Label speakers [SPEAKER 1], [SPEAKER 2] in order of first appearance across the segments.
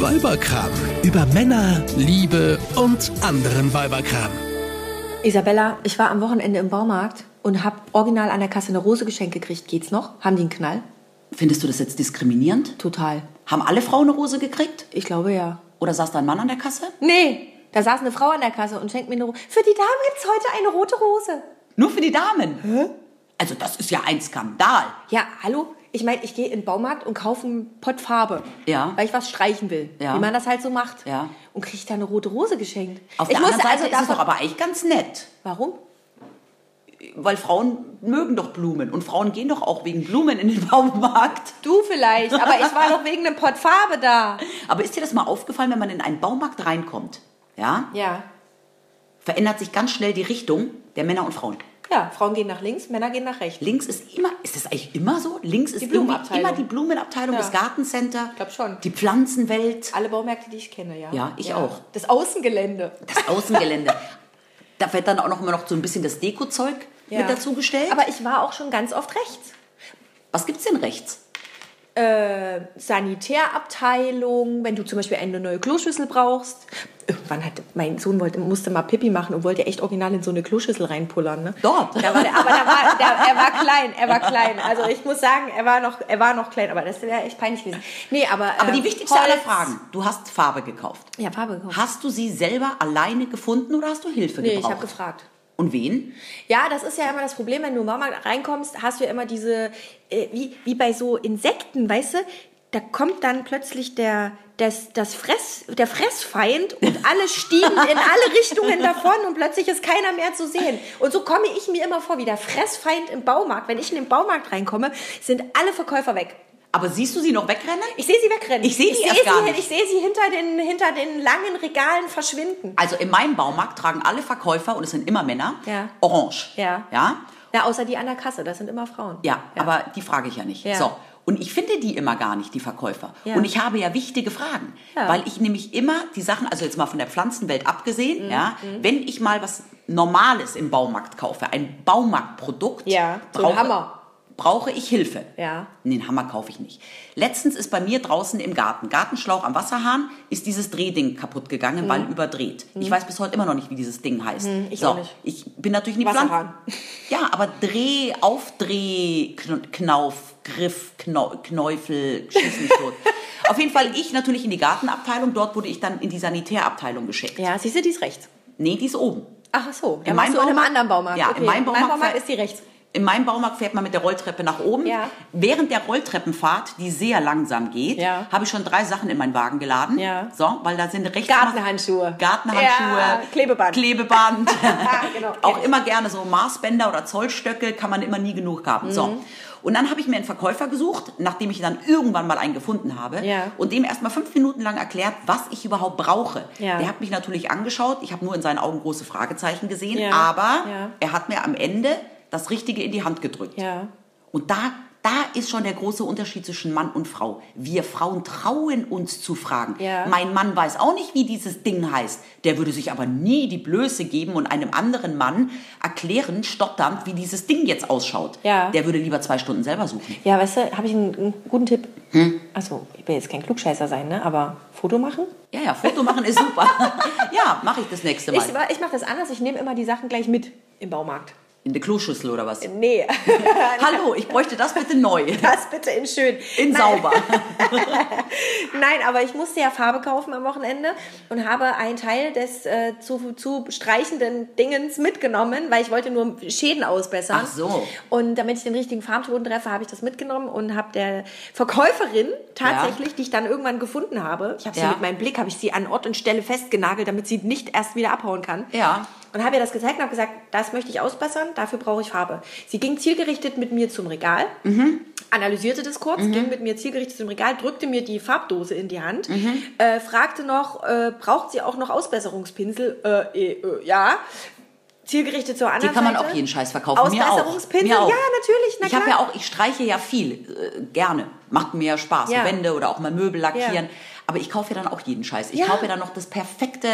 [SPEAKER 1] Weiberkram. Über Männer, Liebe und anderen Weiberkram.
[SPEAKER 2] Isabella, ich war am Wochenende im Baumarkt und habe original an der Kasse eine Rose geschenkt gekriegt. Geht's noch? Haben die einen Knall?
[SPEAKER 3] Findest du das jetzt diskriminierend?
[SPEAKER 2] Total.
[SPEAKER 3] Haben alle Frauen eine Rose gekriegt?
[SPEAKER 2] Ich glaube ja.
[SPEAKER 3] Oder saß da ein Mann an der Kasse?
[SPEAKER 2] Nee, da saß eine Frau an der Kasse und schenkt mir eine Rose. Für die Dame gibt's heute eine rote Rose.
[SPEAKER 3] Nur für die Damen? Hä? Also das ist ja ein Skandal.
[SPEAKER 2] Ja, hallo? Ich meine, ich gehe in den Baumarkt und kaufe einen Pott Farbe.
[SPEAKER 3] Ja.
[SPEAKER 2] Weil ich was streichen will.
[SPEAKER 3] Ja.
[SPEAKER 2] Wie man das halt so macht.
[SPEAKER 3] Ja.
[SPEAKER 2] Und kriege da eine rote Rose geschenkt.
[SPEAKER 3] Auf
[SPEAKER 2] ich
[SPEAKER 3] der
[SPEAKER 2] musste
[SPEAKER 3] anderen Seite ist es
[SPEAKER 2] davon-
[SPEAKER 3] doch aber eigentlich ganz nett.
[SPEAKER 2] Warum?
[SPEAKER 3] Weil Frauen mögen doch Blumen. Und Frauen gehen doch auch wegen Blumen in den Baumarkt.
[SPEAKER 2] Du vielleicht, aber ich war doch wegen einem Pott Farbe da.
[SPEAKER 3] Aber ist dir das mal aufgefallen, wenn man in einen Baumarkt reinkommt? Ja?
[SPEAKER 2] Ja.
[SPEAKER 3] Verändert sich ganz schnell die Richtung der Männer und Frauen.
[SPEAKER 2] Ja, Frauen gehen nach links, Männer gehen nach rechts.
[SPEAKER 3] Links ist immer, ist das eigentlich immer so? Links ist
[SPEAKER 2] Die
[SPEAKER 3] irgendwie
[SPEAKER 2] Blumenabteilung.
[SPEAKER 3] immer die Blumenabteilung,
[SPEAKER 2] Ja.
[SPEAKER 3] das Gartencenter,
[SPEAKER 2] glaub schon.
[SPEAKER 3] die Pflanzenwelt,
[SPEAKER 2] Alle Baumärkte, die ich kenne, ja.
[SPEAKER 3] Ja, ich auch.
[SPEAKER 2] Das Außengelände.
[SPEAKER 3] das Außengelände. da wird dann auch noch immer noch so ein bisschen das Dekozeug
[SPEAKER 2] Ja.
[SPEAKER 3] mit dazu gestellt.
[SPEAKER 2] Aber ich war auch schon ganz oft rechts.
[SPEAKER 3] Was gibt's denn rechts?
[SPEAKER 2] Äh, Sanitärabteilung, wenn du zum Beispiel eine neue Kloschüssel brauchst. Irgendwann hat mein Sohn wollte, musste mal Pipi machen und wollte echt original in so eine Kloschüssel reinpullern. Ne?
[SPEAKER 3] Dort.
[SPEAKER 2] Da war der, aber da war, da, er war klein, er war klein. Also ich muss sagen, er war noch, er war noch klein, aber das wäre echt peinlich gewesen. Nee, aber,
[SPEAKER 3] Aber
[SPEAKER 2] ähm,
[SPEAKER 3] die wichtigste aller Fragen, du hast Farbe gekauft.
[SPEAKER 2] Ja, Farbe gekauft.
[SPEAKER 3] Hast du sie selber alleine gefunden oder hast du Hilfe
[SPEAKER 2] Nee, ich
[SPEAKER 3] gebraucht?
[SPEAKER 2] habe gefragt.
[SPEAKER 3] Und wen?
[SPEAKER 2] Ja, das ist ja immer das Problem, wenn du im Baumarkt reinkommst, hast du ja immer diese, äh, wie, wie bei so Insekten, weißt du, da kommt dann plötzlich der, das, das Fress, der Fressfeind und alle stieben in alle Richtungen davon und plötzlich ist keiner mehr zu sehen. Und so komme ich mir immer vor, wie der Fressfeind im Baumarkt. Wenn ich in den Baumarkt reinkomme, sind alle Verkäufer weg.
[SPEAKER 3] Aber siehst du sie noch wegrennen?
[SPEAKER 2] Ich sehe sie wegrennen.
[SPEAKER 3] Ich sehe die erst
[SPEAKER 2] sie,
[SPEAKER 3] gar nicht.
[SPEAKER 2] Ich sehe sie hinter den, hinter den langen Regalen verschwinden.
[SPEAKER 3] Also in meinem Baumarkt tragen alle Verkäufer, und es sind immer Männer,
[SPEAKER 2] Ja.
[SPEAKER 3] orange.
[SPEAKER 2] Ja.
[SPEAKER 3] Ja?
[SPEAKER 2] Na, außer die an der Kasse, das sind immer Frauen.
[SPEAKER 3] Ja, aber die frage ich ja nicht.
[SPEAKER 2] Ja.
[SPEAKER 3] So. Und ich finde die immer gar nicht, die Verkäufer.
[SPEAKER 2] Ja.
[SPEAKER 3] Und ich habe ja wichtige Fragen,
[SPEAKER 2] Ja.
[SPEAKER 3] weil ich nämlich immer die Sachen, also jetzt mal von der Pflanzenwelt
[SPEAKER 2] Mhm.
[SPEAKER 3] abgesehen, ja, wenn ich mal was Normales im Baumarkt kaufe, ein Baumarktprodukt,
[SPEAKER 2] Ja, so ein Hammer.
[SPEAKER 3] brauche ich Hilfe.
[SPEAKER 2] Ja.
[SPEAKER 3] Nee, einen Hammer kaufe ich nicht. Letztens ist bei mir draußen im Garten, Gartenschlauch am Wasserhahn, ist dieses Drehding kaputt gegangen, weil überdreht. Ich weiß bis heute immer noch nicht, wie dieses Ding heißt.
[SPEAKER 2] Mhm. ich
[SPEAKER 3] so,
[SPEAKER 2] auch nicht.
[SPEAKER 3] Ich bin natürlich nicht
[SPEAKER 2] Wasserhahn.
[SPEAKER 3] ja, aber Dreh, Aufdreh, Kn- Knauf, Griff, Kno Knäufel, schieß mich tot. Auf jeden Fall ich natürlich in die Gartenabteilung. Dort wurde ich dann in die Sanitärabteilung geschickt.
[SPEAKER 2] Ja, siehst du, die ist rechts.
[SPEAKER 3] Nee, die ist oben.
[SPEAKER 2] Ach so,
[SPEAKER 3] In
[SPEAKER 2] dann warst
[SPEAKER 3] meinem
[SPEAKER 2] du in einem
[SPEAKER 3] Baumarkt-
[SPEAKER 2] anderen Baumarkt.
[SPEAKER 3] Ja,
[SPEAKER 2] okay.
[SPEAKER 3] in meinem Baumarkt, fährt-
[SPEAKER 2] ist die rechts.
[SPEAKER 3] In meinem Baumarkt fährt man mit der Rolltreppe nach oben.
[SPEAKER 2] Ja.
[SPEAKER 3] Während der Rolltreppenfahrt, die sehr langsam geht,
[SPEAKER 2] Ja.
[SPEAKER 3] habe ich schon drei Sachen in meinen Wagen geladen.
[SPEAKER 2] Ja.
[SPEAKER 3] So, weil da sind rechts
[SPEAKER 2] Gartenhandschuhe.
[SPEAKER 3] Gartenhandschuhe,
[SPEAKER 2] Ja, Klebeband.
[SPEAKER 3] Klebeband.
[SPEAKER 2] genau.
[SPEAKER 3] Auch immer gerne so Maßbänder oder Zollstöcke kann man immer nie genug haben.
[SPEAKER 2] Mhm.
[SPEAKER 3] So. Und dann habe ich mir einen Verkäufer gesucht, nachdem ich dann irgendwann mal einen gefunden habe
[SPEAKER 2] Ja.
[SPEAKER 3] und dem erstmal fünf Minuten lang erklärt, was ich überhaupt brauche.
[SPEAKER 2] Ja.
[SPEAKER 3] Der hat mich natürlich angeschaut. Ich habe nur in seinen Augen große Fragezeichen gesehen,
[SPEAKER 2] Ja.
[SPEAKER 3] aber
[SPEAKER 2] Ja.
[SPEAKER 3] er hat mir am Ende das Richtige in die Hand gedrückt.
[SPEAKER 2] Ja.
[SPEAKER 3] Und da, da ist schon der große Unterschied zwischen Mann und Frau. Wir Frauen trauen uns zu fragen.
[SPEAKER 2] Ja.
[SPEAKER 3] Mein Mann weiß auch nicht, wie dieses Ding heißt. Der würde sich aber nie die Blöße geben und einem anderen Mann erklären, stotternd, wie dieses Ding jetzt ausschaut.
[SPEAKER 2] Ja.
[SPEAKER 3] Der würde lieber zwei Stunden selber suchen.
[SPEAKER 2] Ja, weißt du, habe ich einen, einen guten Tipp. Also, ich will jetzt kein Klugscheißer sein, ne? aber Foto machen?
[SPEAKER 3] Ja, ja, Foto machen ist super. ja, mache ich das nächste Mal.
[SPEAKER 2] Ich, wa- ich mache das anders, ich nehme immer die Sachen gleich mit im Baumarkt.
[SPEAKER 3] In der Kloschüssel oder was?
[SPEAKER 2] Nee,
[SPEAKER 3] Hallo, ich bräuchte das bitte neu.
[SPEAKER 2] das bitte in schön.
[SPEAKER 3] In
[SPEAKER 2] Nein.
[SPEAKER 3] sauber.
[SPEAKER 2] Nein, aber ich musste ja Farbe kaufen am Wochenende und habe einen Teil des äh, zu, zu streichenden Dingens mitgenommen, weil ich wollte nur Schäden ausbessern.
[SPEAKER 3] Ach so.
[SPEAKER 2] Und damit ich den richtigen Farbton treffe, habe ich das mitgenommen und habe der Verkäuferin tatsächlich, die ich dann irgendwann gefunden habe, ich habe sie
[SPEAKER 3] Ja.
[SPEAKER 2] mit meinem Blick, habe ich sie an Ort und Stelle festgenagelt, damit sie nicht erst wieder abhauen kann.
[SPEAKER 3] Ja.
[SPEAKER 2] Und habe ihr das gezeigt und habe gesagt, das möchte ich ausbessern, dafür brauche ich Farbe. Sie ging zielgerichtet mit mir zum Regal, analysierte das kurz,
[SPEAKER 3] Mhm.
[SPEAKER 2] ging mit mir zielgerichtet zum Regal, drückte mir die Farbdose in die Hand,
[SPEAKER 3] Mhm.
[SPEAKER 2] äh, fragte noch, äh, braucht sie auch noch Ausbesserungspinsel? Äh, eh, äh, ja. Zielgerichtet zur anderen
[SPEAKER 3] Die kann man
[SPEAKER 2] Seite.
[SPEAKER 3] auch jeden Scheiß verkaufen. Mir auch.
[SPEAKER 2] Ausbesserungspinsel?
[SPEAKER 3] Mir auch.
[SPEAKER 2] Ja, natürlich, na
[SPEAKER 3] ich habe
[SPEAKER 2] klar.
[SPEAKER 3] ja auch, ich streiche ja viel, äh, gerne. Macht mir ja Spaß.
[SPEAKER 2] Ja.
[SPEAKER 3] Wände oder auch mal Möbel lackieren.
[SPEAKER 2] Ja.
[SPEAKER 3] Aber ich kaufe ja dann auch jeden Scheiß. Ich
[SPEAKER 2] Ja.
[SPEAKER 3] kaufe ja dann noch das perfekte,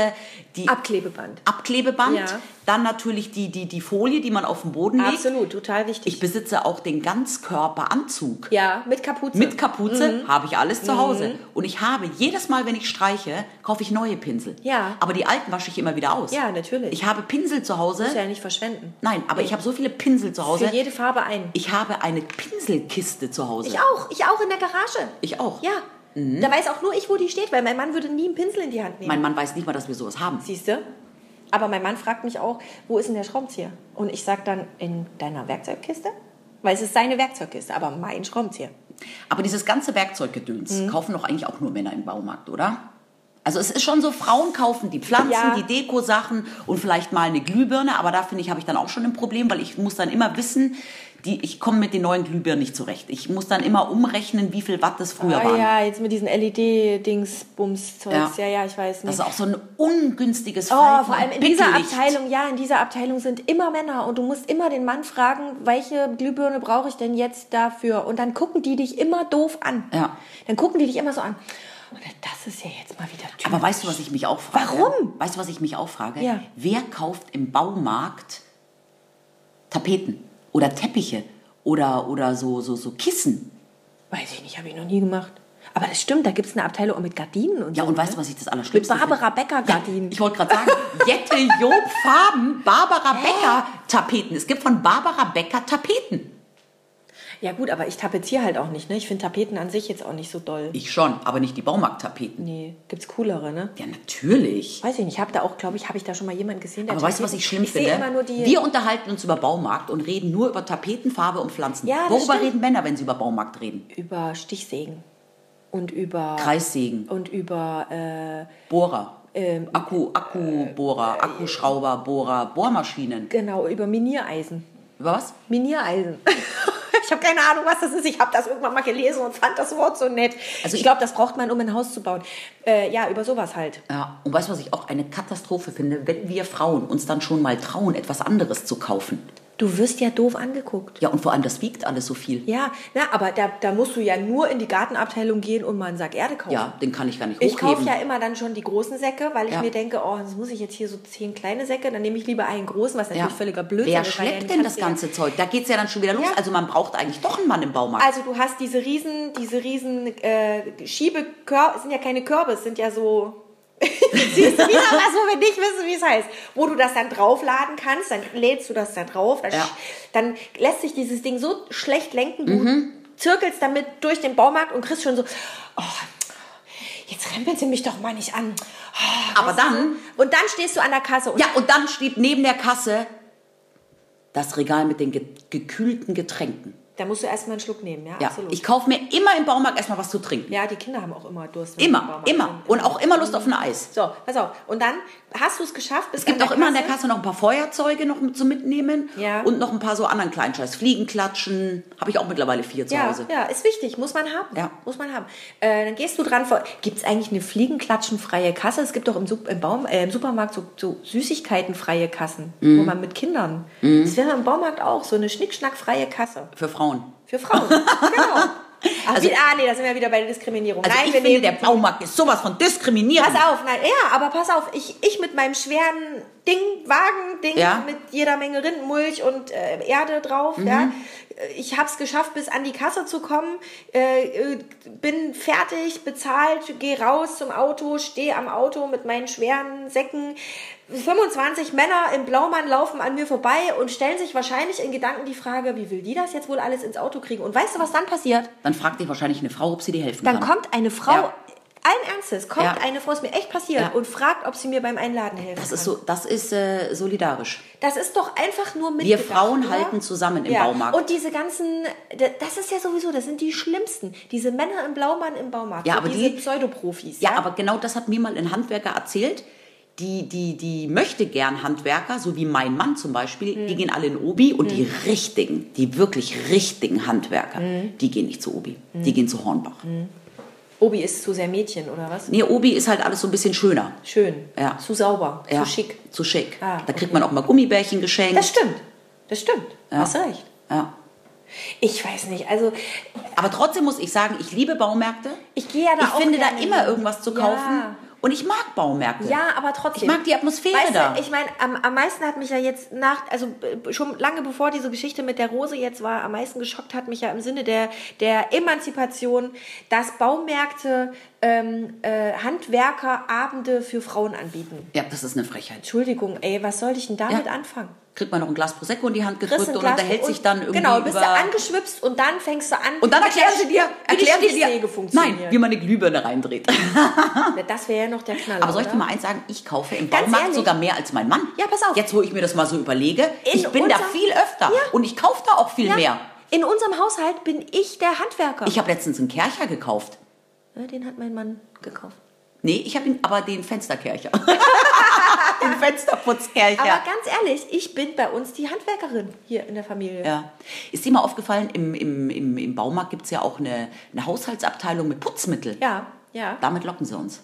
[SPEAKER 3] die
[SPEAKER 2] Abklebeband.
[SPEAKER 3] Abklebeband,
[SPEAKER 2] Ja.
[SPEAKER 3] dann natürlich die, die, die Folie, die man auf den Boden legt.
[SPEAKER 2] Absolut, total wichtig.
[SPEAKER 3] Ich besitze auch den Ganzkörperanzug.
[SPEAKER 2] ja, Mhm. mit Kapuze.
[SPEAKER 3] Mit Kapuze habe ich alles zu Hause. Und ich habe jedes Mal, wenn ich streiche, kaufe ich neue Pinsel.
[SPEAKER 2] Ja.
[SPEAKER 3] Aber die alten wasche ich immer wieder aus.
[SPEAKER 2] Ja, natürlich.
[SPEAKER 3] Ich habe Pinsel zu
[SPEAKER 2] Muss ja
[SPEAKER 3] Hause.
[SPEAKER 2] nicht verschwenden.
[SPEAKER 3] Nein, aber ich habe so viele Pinsel zu
[SPEAKER 2] Für
[SPEAKER 3] Hause.
[SPEAKER 2] jede Farbe ein.
[SPEAKER 3] Ich habe eine Pinselkiste zu Hause.
[SPEAKER 2] Ich auch, ich auch in der Garage.
[SPEAKER 3] Ich auch. Mhm.
[SPEAKER 2] Ja. Da weiß auch nur ich, wo die steht, weil mein Mann würde nie einen Pinsel in die Hand nehmen.
[SPEAKER 3] Mein Mann weiß nicht mal, dass wir sowas haben.
[SPEAKER 2] Siehst du? Aber mein Mann fragt mich auch, wo ist denn der Schraubenzieher? Und ich sage dann, in deiner Werkzeugkiste? Weil es ist seine Werkzeugkiste, aber mein Schraubenzieher.
[SPEAKER 3] Aber dieses ganze Werkzeuggedöns
[SPEAKER 2] Mhm.
[SPEAKER 3] kaufen doch eigentlich auch nur Männer im Baumarkt, oder? Also es ist schon so, Frauen kaufen die Pflanzen,
[SPEAKER 2] Ja.
[SPEAKER 3] die Dekosachen und vielleicht mal eine Glühbirne, aber da finde ich, habe ich dann auch schon ein Problem, weil ich muss dann immer wissen, die, ich komme mit den neuen Glühbirnen nicht zurecht. Ich muss dann immer umrechnen, wie viel Watt das früher
[SPEAKER 2] Ah
[SPEAKER 3] waren.
[SPEAKER 2] ja, jetzt mit diesen LED-Dings-Bums-Zeugs. Ja.
[SPEAKER 3] Ja.
[SPEAKER 2] ja, ich weiß
[SPEAKER 3] Das
[SPEAKER 2] nicht.
[SPEAKER 3] ist auch so ein ungünstiges
[SPEAKER 2] Oh,
[SPEAKER 3] Verhalten
[SPEAKER 2] vor allem
[SPEAKER 3] am
[SPEAKER 2] in dieser
[SPEAKER 3] Blicklicht.
[SPEAKER 2] Abteilung, ja, in dieser Abteilung sind immer Männer und du musst immer den Mann fragen, welche Glühbirne brauche ich denn jetzt dafür? Und dann gucken die dich immer doof an.
[SPEAKER 3] Ja.
[SPEAKER 2] Dann gucken die dich immer so an. Und das ist ja jetzt mal wieder typisch.
[SPEAKER 3] Aber weißt du, was ich mich auch frage?
[SPEAKER 2] Warum?
[SPEAKER 3] Weißt du, was ich mich auch frage?
[SPEAKER 2] Ja.
[SPEAKER 3] Wer kauft im Baumarkt Tapeten oder Teppiche oder, oder so, so, so Kissen?
[SPEAKER 2] Weiß ich nicht, habe ich noch nie gemacht. Aber das stimmt, da gibt es eine Abteilung auch mit Gardinen und
[SPEAKER 3] Ja,
[SPEAKER 2] so. ne?
[SPEAKER 3] und weißt du, was ich das Allerschlimmste
[SPEAKER 2] Mit Barbara
[SPEAKER 3] finde?
[SPEAKER 2] Becker Gardinen.
[SPEAKER 3] Ich wollte gerade sagen, Jette Job Farben, Barbara Becker Tapeten. Es gibt von Barbara Becker Tapeten.
[SPEAKER 2] Ja gut, aber ich tapeziere halt auch nicht, ne? Ich finde Tapeten an sich jetzt auch nicht so doll.
[SPEAKER 3] Ich schon, aber nicht die Baumarkt-Tapeten.
[SPEAKER 2] Nee, gibt's coolere, ne?
[SPEAKER 3] Ja, natürlich.
[SPEAKER 2] Weiß ich nicht, ich habe da auch, glaube ich, habe ich da schon mal jemanden gesehen, der
[SPEAKER 3] Aber weißt du, was
[SPEAKER 2] Tapeten-
[SPEAKER 3] ich schlimm
[SPEAKER 2] Ich
[SPEAKER 3] finde?
[SPEAKER 2] sehe immer nur die...
[SPEAKER 3] Wir unterhalten uns über Baumarkt und reden nur über Tapetenfarbe und Pflanzen.
[SPEAKER 2] Ja, das
[SPEAKER 3] Worüber
[SPEAKER 2] stimmt.
[SPEAKER 3] reden Männer, wenn sie über Baumarkt reden?
[SPEAKER 2] über Stichsägen und über...
[SPEAKER 3] Kreissägen,
[SPEAKER 2] Und über... Äh,
[SPEAKER 3] Bohrer, Akku, Akkubohrer, Akkuschrauber, Bohrer, Bohrmaschinen.
[SPEAKER 2] genau, über Miniereisen.
[SPEAKER 3] Über was?
[SPEAKER 2] Miniereisen. Ich habe keine Ahnung, was das ist. Ich habe das irgendwann mal gelesen und fand das Wort so nett.
[SPEAKER 3] Also
[SPEAKER 2] Also
[SPEAKER 3] ich-
[SPEAKER 2] ich glaube, das braucht man, um ein Haus zu bauen. Äh, ja, über sowas halt.
[SPEAKER 3] Ja, und weißt du, was ich auch eine Katastrophe finde, wenn wir Frauen uns dann schon mal trauen, etwas anderes zu kaufen.
[SPEAKER 2] Du wirst ja doof angeguckt.
[SPEAKER 3] Ja, und vor allem, das wiegt alles so viel.
[SPEAKER 2] Ja, na, aber da, da musst du ja nur in die Gartenabteilung gehen und mal einen Sack Erde kaufen.
[SPEAKER 3] Ja, den kann ich gar nicht
[SPEAKER 2] Ich
[SPEAKER 3] hochheben.
[SPEAKER 2] kaufe ja immer dann schon die großen Säcke, weil ich
[SPEAKER 3] Ja.
[SPEAKER 2] mir denke, oh, jetzt muss ich jetzt hier so zehn kleine Säcke, dann nehme ich lieber einen großen, was natürlich völliger Blödsinn
[SPEAKER 3] Wer
[SPEAKER 2] ist. weil
[SPEAKER 3] schleppt
[SPEAKER 2] dann
[SPEAKER 3] denn das
[SPEAKER 2] kannst du
[SPEAKER 3] ganze Zeug? Da geht's ja dann schon wieder los.
[SPEAKER 2] Ja.
[SPEAKER 3] Also man braucht eigentlich doch einen Mann im Baumarkt.
[SPEAKER 2] Also du hast diese riesen, diese riesen äh, Schiebekörbe, sind ja keine Körbe, es sind ja so... Siehst du wieder was, wo wir nicht wissen, wie es heißt. Wo du das dann draufladen kannst, dann lädst du das da drauf, dann,
[SPEAKER 3] Ja.
[SPEAKER 2] sch- dann lässt sich dieses Ding so schlecht lenken, du
[SPEAKER 3] Mhm.
[SPEAKER 2] zirkelst damit durch den Baumarkt und kriegst schon so, oh, jetzt rempeln sie mich doch mal nicht an. Oh,
[SPEAKER 3] Aber
[SPEAKER 2] weißt du?
[SPEAKER 3] dann-
[SPEAKER 2] Und dann stehst du an der Kasse und
[SPEAKER 3] ja, und dann steht neben der Kasse das Regal mit den ge gekühlten Getränken.
[SPEAKER 2] da musst du erstmal einen Schluck nehmen, ja,
[SPEAKER 3] Ja,
[SPEAKER 2] absolut.
[SPEAKER 3] ich kaufe mir immer im Baumarkt erstmal was zu trinken.
[SPEAKER 2] ja, die Kinder haben auch immer Durst. wenn sie im
[SPEAKER 3] Immer,
[SPEAKER 2] Baumarkt
[SPEAKER 3] immer.
[SPEAKER 2] sind.
[SPEAKER 3] Und auch immer Lust auf ein Eis.
[SPEAKER 2] So, pass auf. Und dann hast du es geschafft. Bist
[SPEAKER 3] Es gibt auch immer an der Kasse noch ein paar Feuerzeuge noch mit, zu mitnehmen
[SPEAKER 2] Ja.
[SPEAKER 3] und noch ein paar so anderen kleinen Scheiß. Fliegenklatschen, habe ich auch mittlerweile vier zu
[SPEAKER 2] Ja,
[SPEAKER 3] Hause.
[SPEAKER 2] ja, ist wichtig, muss man haben.
[SPEAKER 3] Ja.
[SPEAKER 2] Muss man haben. Äh, dann gehst du dran vor. Gibt es eigentlich eine fliegenklatschenfreie Kasse? Es gibt doch im, Sup- im, Baum, äh, im Supermarkt so, so süßigkeitenfreie Kassen,
[SPEAKER 3] Mhm.
[SPEAKER 2] wo man mit Kindern. Das wäre im Baumarkt auch so eine schnickschnackfreie Kasse.
[SPEAKER 3] Für Frauen.
[SPEAKER 2] Für Frauen. genau. Ach,
[SPEAKER 3] Also-
[SPEAKER 2] wie, ah, nee, da sind wir wieder bei der Diskriminierung.
[SPEAKER 3] Also
[SPEAKER 2] Nein,
[SPEAKER 3] ich
[SPEAKER 2] wir
[SPEAKER 3] finde,
[SPEAKER 2] nehmen
[SPEAKER 3] der Baumarkt ist sowas von diskriminierend.
[SPEAKER 2] Pass auf, nein, ja, aber pass auf, ich, ich mit meinem schweren Ding, Wagen, Ding,
[SPEAKER 3] Ja.
[SPEAKER 2] mit jeder Menge Rindenmulch und äh, Erde drauf, ja. Ich habe es geschafft, bis an die Kasse zu kommen, äh, äh, bin fertig, bezahlt, gehe raus zum Auto, stehe am Auto mit meinen schweren Säcken. 25 Männer im Blaumann laufen an mir vorbei und stellen sich wahrscheinlich in Gedanken die Frage, wie will die das jetzt wohl alles ins Auto kriegen? Und weißt du, was dann passiert?
[SPEAKER 3] Dann fragt dich wahrscheinlich eine Frau, ob sie dir helfen
[SPEAKER 2] Dann
[SPEAKER 3] kann.
[SPEAKER 2] kommt eine Frau,
[SPEAKER 3] Ja.
[SPEAKER 2] allen Ernstes, kommt
[SPEAKER 3] Ja.
[SPEAKER 2] eine Frau, ist mir echt passiert,
[SPEAKER 3] Ja.
[SPEAKER 2] und fragt, ob sie mir beim Einladen helfen
[SPEAKER 3] Das ist,
[SPEAKER 2] kann.
[SPEAKER 3] so, das ist äh, solidarisch.
[SPEAKER 2] Das ist doch einfach nur mit.
[SPEAKER 3] Wir Frauen halten zusammen im
[SPEAKER 2] ja.
[SPEAKER 3] Baumarkt.
[SPEAKER 2] Und diese ganzen, d- das ist ja sowieso, das sind die schlimmsten. Diese Männer im Blaumann im Baumarkt.
[SPEAKER 3] Ja,
[SPEAKER 2] so
[SPEAKER 3] aber
[SPEAKER 2] diese
[SPEAKER 3] die-
[SPEAKER 2] Pseudoprofis.
[SPEAKER 3] Ja, aber genau das hat mir mal ein Handwerker erzählt. Die, die, die möchte gern Handwerker, so wie mein Mann zum Beispiel,
[SPEAKER 2] Hm.
[SPEAKER 3] die gehen alle in Obi und die richtigen, die wirklich richtigen Handwerker,
[SPEAKER 2] Hm.
[SPEAKER 3] die gehen nicht zu Obi, die gehen zu Hornbach.
[SPEAKER 2] Obi ist zu sehr Mädchen, oder was?
[SPEAKER 3] Nee, Obi ist halt alles so ein bisschen schöner.
[SPEAKER 2] Schön.
[SPEAKER 3] Ja.
[SPEAKER 2] Zu sauber.
[SPEAKER 3] Ja,
[SPEAKER 2] Zu schick.
[SPEAKER 3] Zu schick.
[SPEAKER 2] Ah,
[SPEAKER 3] da kriegt
[SPEAKER 2] okay.
[SPEAKER 3] man auch mal Gummibärchen geschenkt.
[SPEAKER 2] Das stimmt. Das stimmt.
[SPEAKER 3] Ja.
[SPEAKER 2] Hast recht.
[SPEAKER 3] Ja.
[SPEAKER 2] Ich weiß nicht. Also
[SPEAKER 3] Aber trotzdem muss ich sagen, ich liebe Baumärkte.
[SPEAKER 2] ich gehe ja da
[SPEAKER 3] ich
[SPEAKER 2] auch
[SPEAKER 3] finde da
[SPEAKER 2] gerne
[SPEAKER 3] immer
[SPEAKER 2] hin.
[SPEAKER 3] irgendwas zu kaufen.
[SPEAKER 2] Ja.
[SPEAKER 3] Und ich mag Baumärkte.
[SPEAKER 2] Ja, aber trotzdem.
[SPEAKER 3] Ich mag die Atmosphäre
[SPEAKER 2] weißt
[SPEAKER 3] da.
[SPEAKER 2] Du, ich meine, am, am meisten hat mich ja jetzt nach, also äh, schon lange bevor diese Geschichte mit der Rose jetzt war, am meisten geschockt hat mich ja im Sinne der, der Emanzipation, dass Baumärkte ähm, äh, Handwerkerabende für Frauen anbieten.
[SPEAKER 3] ja, das ist eine Frechheit.
[SPEAKER 2] Entschuldigung, ey, was soll ich denn damit
[SPEAKER 3] Ja.
[SPEAKER 2] anfangen?
[SPEAKER 3] Kriegt man noch ein Glas Prosecco in die Hand
[SPEAKER 2] Kriegst
[SPEAKER 3] gedrückt
[SPEAKER 2] ein
[SPEAKER 3] und
[SPEAKER 2] Glas
[SPEAKER 3] unterhält
[SPEAKER 2] und-
[SPEAKER 3] sich dann irgendwie
[SPEAKER 2] Genau, bist
[SPEAKER 3] über...
[SPEAKER 2] du angeschwipst und dann fängst du an.
[SPEAKER 3] und dann erklären sie dir,
[SPEAKER 2] wie die
[SPEAKER 3] erklären sie dir,
[SPEAKER 2] Stichsäge
[SPEAKER 3] nein,
[SPEAKER 2] funktioniert.
[SPEAKER 3] wie man eine Glühbirne reindreht.
[SPEAKER 2] Na, Das wäre ja noch der Knaller.
[SPEAKER 3] Aber soll ich
[SPEAKER 2] oder?
[SPEAKER 3] dir mal eins sagen? Ich kaufe im
[SPEAKER 2] Ganz
[SPEAKER 3] Baumarkt
[SPEAKER 2] ehrlich.
[SPEAKER 3] sogar mehr als mein Mann.
[SPEAKER 2] Ja, pass auf.
[SPEAKER 3] Jetzt, wo ich mir das mal so überlege,
[SPEAKER 2] In
[SPEAKER 3] ich bin da
[SPEAKER 2] unser-
[SPEAKER 3] viel öfter.
[SPEAKER 2] Ja.
[SPEAKER 3] Und ich kaufe da auch viel
[SPEAKER 2] Ja,
[SPEAKER 3] mehr.
[SPEAKER 2] In unserem Haushalt bin ich der Handwerker.
[SPEAKER 3] Ich habe letztens einen Kercher gekauft.
[SPEAKER 2] Ja, Ne, den hat mein Mann gekauft.
[SPEAKER 3] Nee, ich habe ihn, aber den Fensterkercher. den Fensterputzkercher.
[SPEAKER 2] Aber ganz ehrlich, ich bin bei uns die Handwerkerin hier in der Familie.
[SPEAKER 3] ja. Ist dir mal aufgefallen, im, im, im, im Baumarkt gibt es ja auch eine, eine Haushaltsabteilung mit Putzmittel.
[SPEAKER 2] Ja, ja.
[SPEAKER 3] Damit locken sie uns.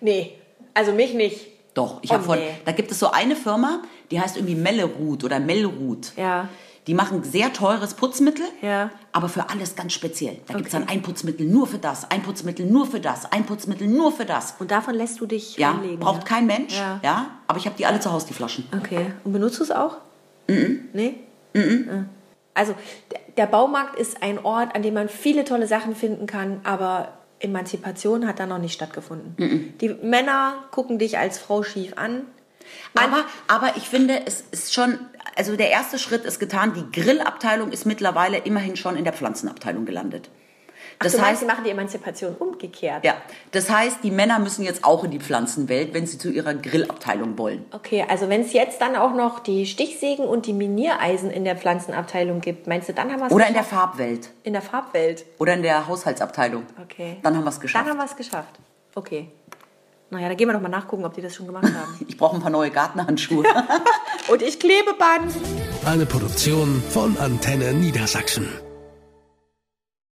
[SPEAKER 2] Nee, also mich nicht.
[SPEAKER 3] Doch, ich
[SPEAKER 2] Oh,
[SPEAKER 3] habe von,
[SPEAKER 2] nee.
[SPEAKER 3] da gibt es so eine Firma, die heißt irgendwie Mellerut oder Melrut.
[SPEAKER 2] Ja.
[SPEAKER 3] Die machen sehr teures Putzmittel,
[SPEAKER 2] Ja.
[SPEAKER 3] aber für alles ganz speziell. Da gibt es dann ein Putzmittel nur für das, ein Putzmittel nur für das, ein Putzmittel nur für das.
[SPEAKER 2] Und davon lässt du dich
[SPEAKER 3] Ja,
[SPEAKER 2] reinlegen,
[SPEAKER 3] braucht
[SPEAKER 2] ja?
[SPEAKER 3] kein Mensch.
[SPEAKER 2] Ja.
[SPEAKER 3] Ja. aber ich habe die alle zu Hause, die Flaschen.
[SPEAKER 2] Okay. Und benutzt du es auch? Mhm. Nee? Mhm. Also, der- der Baumarkt ist ein Ort, an dem man viele tolle Sachen finden kann, aber Emanzipation hat da noch nicht stattgefunden.
[SPEAKER 3] Mhm.
[SPEAKER 2] Die Männer gucken dich als Frau schief an.
[SPEAKER 3] Aber, aber ich finde, es ist schon, also der erste Schritt ist getan. Die Grillabteilung ist mittlerweile immerhin schon in der Pflanzenabteilung gelandet. Das
[SPEAKER 2] du meinst,
[SPEAKER 3] heißt,
[SPEAKER 2] sie machen die Emanzipation umgekehrt.
[SPEAKER 3] ja, das heißt, die Männer müssen jetzt auch in die Pflanzenwelt, wenn sie zu ihrer Grillabteilung wollen.
[SPEAKER 2] Okay, also wenn es jetzt dann auch noch die Stichsägen und die Miniereisen in der Pflanzenabteilung gibt, meinst du, dann haben wir es
[SPEAKER 3] Oder in der Farbwelt.
[SPEAKER 2] in der Farbwelt?
[SPEAKER 3] Oder in der Haushaltsabteilung.
[SPEAKER 2] Okay.
[SPEAKER 3] Dann haben wir es geschafft.
[SPEAKER 2] Dann haben wir es geschafft. Okay. Naja, da gehen wir doch mal nachgucken, ob die das schon gemacht haben.
[SPEAKER 3] ich brauche ein paar neue Gartenhandschuhe.
[SPEAKER 2] und ich Klebeband.
[SPEAKER 1] Eine Produktion von Antenne Niedersachsen.